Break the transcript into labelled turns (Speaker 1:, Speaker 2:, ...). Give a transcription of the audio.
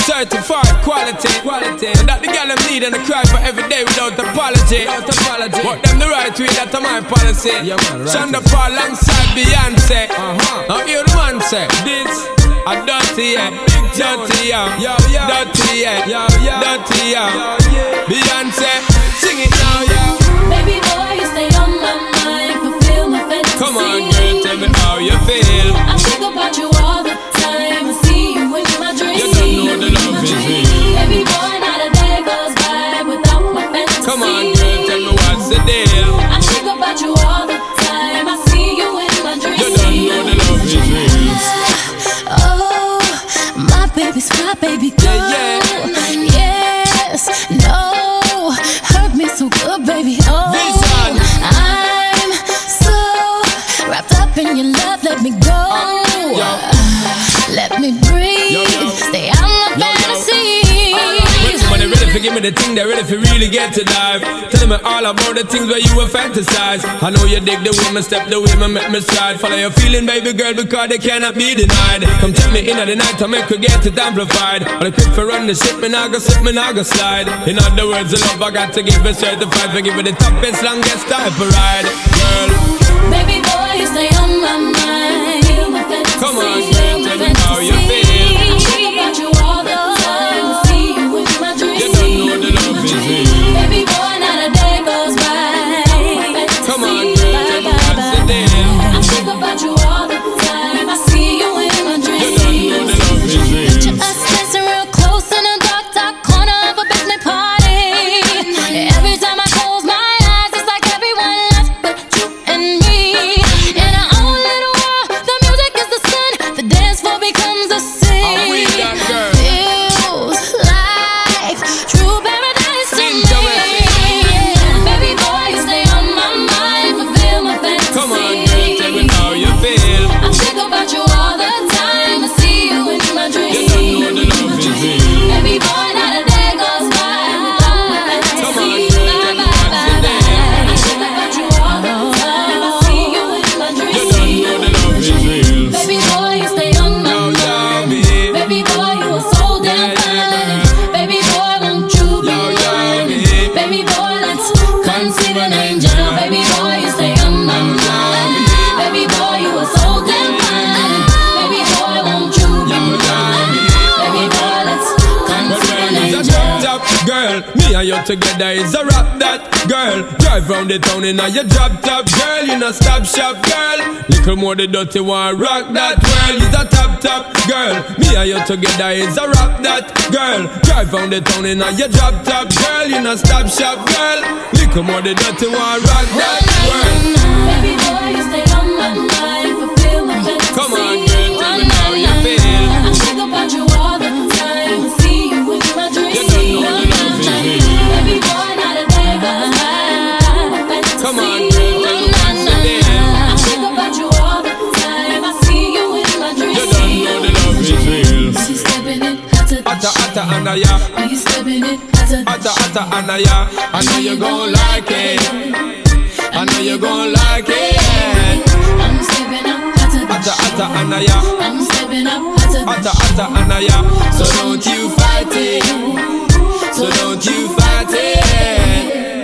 Speaker 1: certified quality. quality. And that the girl them need and the cry for every day without apology. Without apology. But them the right way, that's my policy.
Speaker 2: Yeah, man, right.
Speaker 1: Shonda Paul alongside Beyonce.
Speaker 2: Uh-huh.
Speaker 1: Now hear the man say, this a dirty yeah, big dirty yeah,
Speaker 2: Yo, yo.
Speaker 1: dirty yeah,
Speaker 2: Yo, yo.
Speaker 1: dirty yeah.
Speaker 2: Yo, yeah.
Speaker 1: Beyonce, sing it now, yeah.
Speaker 3: Baby boy, you stay on my mind, fulfill my fantasy.
Speaker 1: Come on, girl, tell me how you feel.
Speaker 3: I think about you all the time. I see you in my dreams.
Speaker 1: You don't know the love
Speaker 3: My
Speaker 1: is
Speaker 3: dreams. Baby boy, not a day goes by without my fantasy.
Speaker 1: Come on, girl, tell me what's the deal.
Speaker 3: I think about you all the time. I see you in my dreams.
Speaker 1: You don't know the love is real.
Speaker 4: Oh, my baby's my baby girl.
Speaker 1: Yeah,
Speaker 4: Yes, no, hurt me so good, baby. Oh,
Speaker 1: Vision.
Speaker 4: I'm so wrapped up in your love. Let me go.
Speaker 1: yo.
Speaker 4: Let me breathe.
Speaker 1: Yo, yo.
Speaker 4: Stay out my
Speaker 1: Yo, yo.
Speaker 4: fantasy.
Speaker 1: When somebody ready for give me the thing, they ready for really get to life. Tell me all about the things where you were fantasize. I know you dig the way me step, the way me make me stride. Follow your feeling, baby girl, because they cannot be denied. Come tell me in the night, I make you get it amplified. All the quick for run the ship, me nah go slip, me nah go slide. In other words, the love I got to give it certified. For give it the toughest, longest type of ride, girl.
Speaker 3: Baby boy, you stay on my mind. Feel my fantasy.
Speaker 1: Come on, girl, tell me how you
Speaker 3: fantasy.
Speaker 1: feel.
Speaker 3: I think about you all the time. I see you in my dreams.
Speaker 1: You don't know the love is real.
Speaker 3: Baby boy, not a day goes by.
Speaker 1: Come on, girl, tell me what's the deal.
Speaker 3: I think about you all the time. I see you in my
Speaker 1: You don't know the
Speaker 3: dreams.
Speaker 1: love is real.
Speaker 4: Us dancing real close in a dark, dark corner of a basement party. Every time I close my eyes, it's like everyone left but you and me. In our own little world, the music is the sun, the dance floor becomes a
Speaker 1: Are we
Speaker 4: scene.
Speaker 1: that girl?
Speaker 4: Feels like true paradise to
Speaker 1: Sing to
Speaker 4: me.
Speaker 1: it.
Speaker 3: Baby boy, you stay on my mind. Fulfill my fantasy.
Speaker 1: Come on, girl, tell me how you feel.
Speaker 3: I think about you all the time. I see you in my dreams.
Speaker 1: You don't know the love is real.
Speaker 3: Baby boy, not a day goes by.
Speaker 1: Come on,
Speaker 3: Bye,
Speaker 1: girl, tell me
Speaker 3: bye,
Speaker 1: what's the
Speaker 3: bye,
Speaker 1: deal.
Speaker 3: bye. I think about you all the time. I see you in my
Speaker 1: You don't
Speaker 3: dreams.
Speaker 1: know the love is real.
Speaker 3: Baby boy, you stay on my
Speaker 1: Yo, yo,
Speaker 3: mind.
Speaker 1: me.
Speaker 3: Baby boy, you are so
Speaker 1: Yeah,
Speaker 3: damn
Speaker 1: yeah,
Speaker 3: fine. Baby boy, won't you be
Speaker 1: Yo, yo,
Speaker 3: mine?
Speaker 1: me.
Speaker 3: Baby boy, let's conceive an angel. Baby boy, you stay on my mind. Baby boy, you are so damn fine. Baby boy, won't you be
Speaker 1: Yo, yo,
Speaker 3: mine?
Speaker 1: me.
Speaker 3: Baby boy, let's conceive an
Speaker 1: It's a
Speaker 3: angel.
Speaker 1: drop top girl, me and you together is a rap that girl. Drive round the town in a your drop top girl, you no stop shop girl. Little more the dirty one, rock that world. Is a top top girl, me and you together is a rap that girl. Drive round the town in a your drop top girl, you no stop shop girl. Little more the dirty one, rock that world.
Speaker 3: Baby boy, you stay on my mind. Fulfill my fantasy.
Speaker 1: Come on, girl, tell me how you feel.
Speaker 3: I think about you all the time. I see you in my dreams.
Speaker 1: You don't know the love is real.
Speaker 3: Baby boy, not a day goes by.
Speaker 1: Come on, girl, tell me what's the deal.
Speaker 3: I think about you all the time. I see you in my dreams.
Speaker 1: You don't know the love is real.
Speaker 3: She's stepping it hotter than
Speaker 1: Atta
Speaker 3: she.
Speaker 1: atta anaya,
Speaker 3: Are you stepping it hotter than
Speaker 1: atta
Speaker 3: she?
Speaker 1: atta anaya. I know you gon' like it. I know you gon' like it.
Speaker 3: I'm stepping up hotter than
Speaker 1: Atta
Speaker 3: she.
Speaker 1: atta anaya,
Speaker 3: I'm stepping up hotter than
Speaker 1: atta
Speaker 3: she.
Speaker 1: atta anaya. So don't you fight it, so don't you fight it.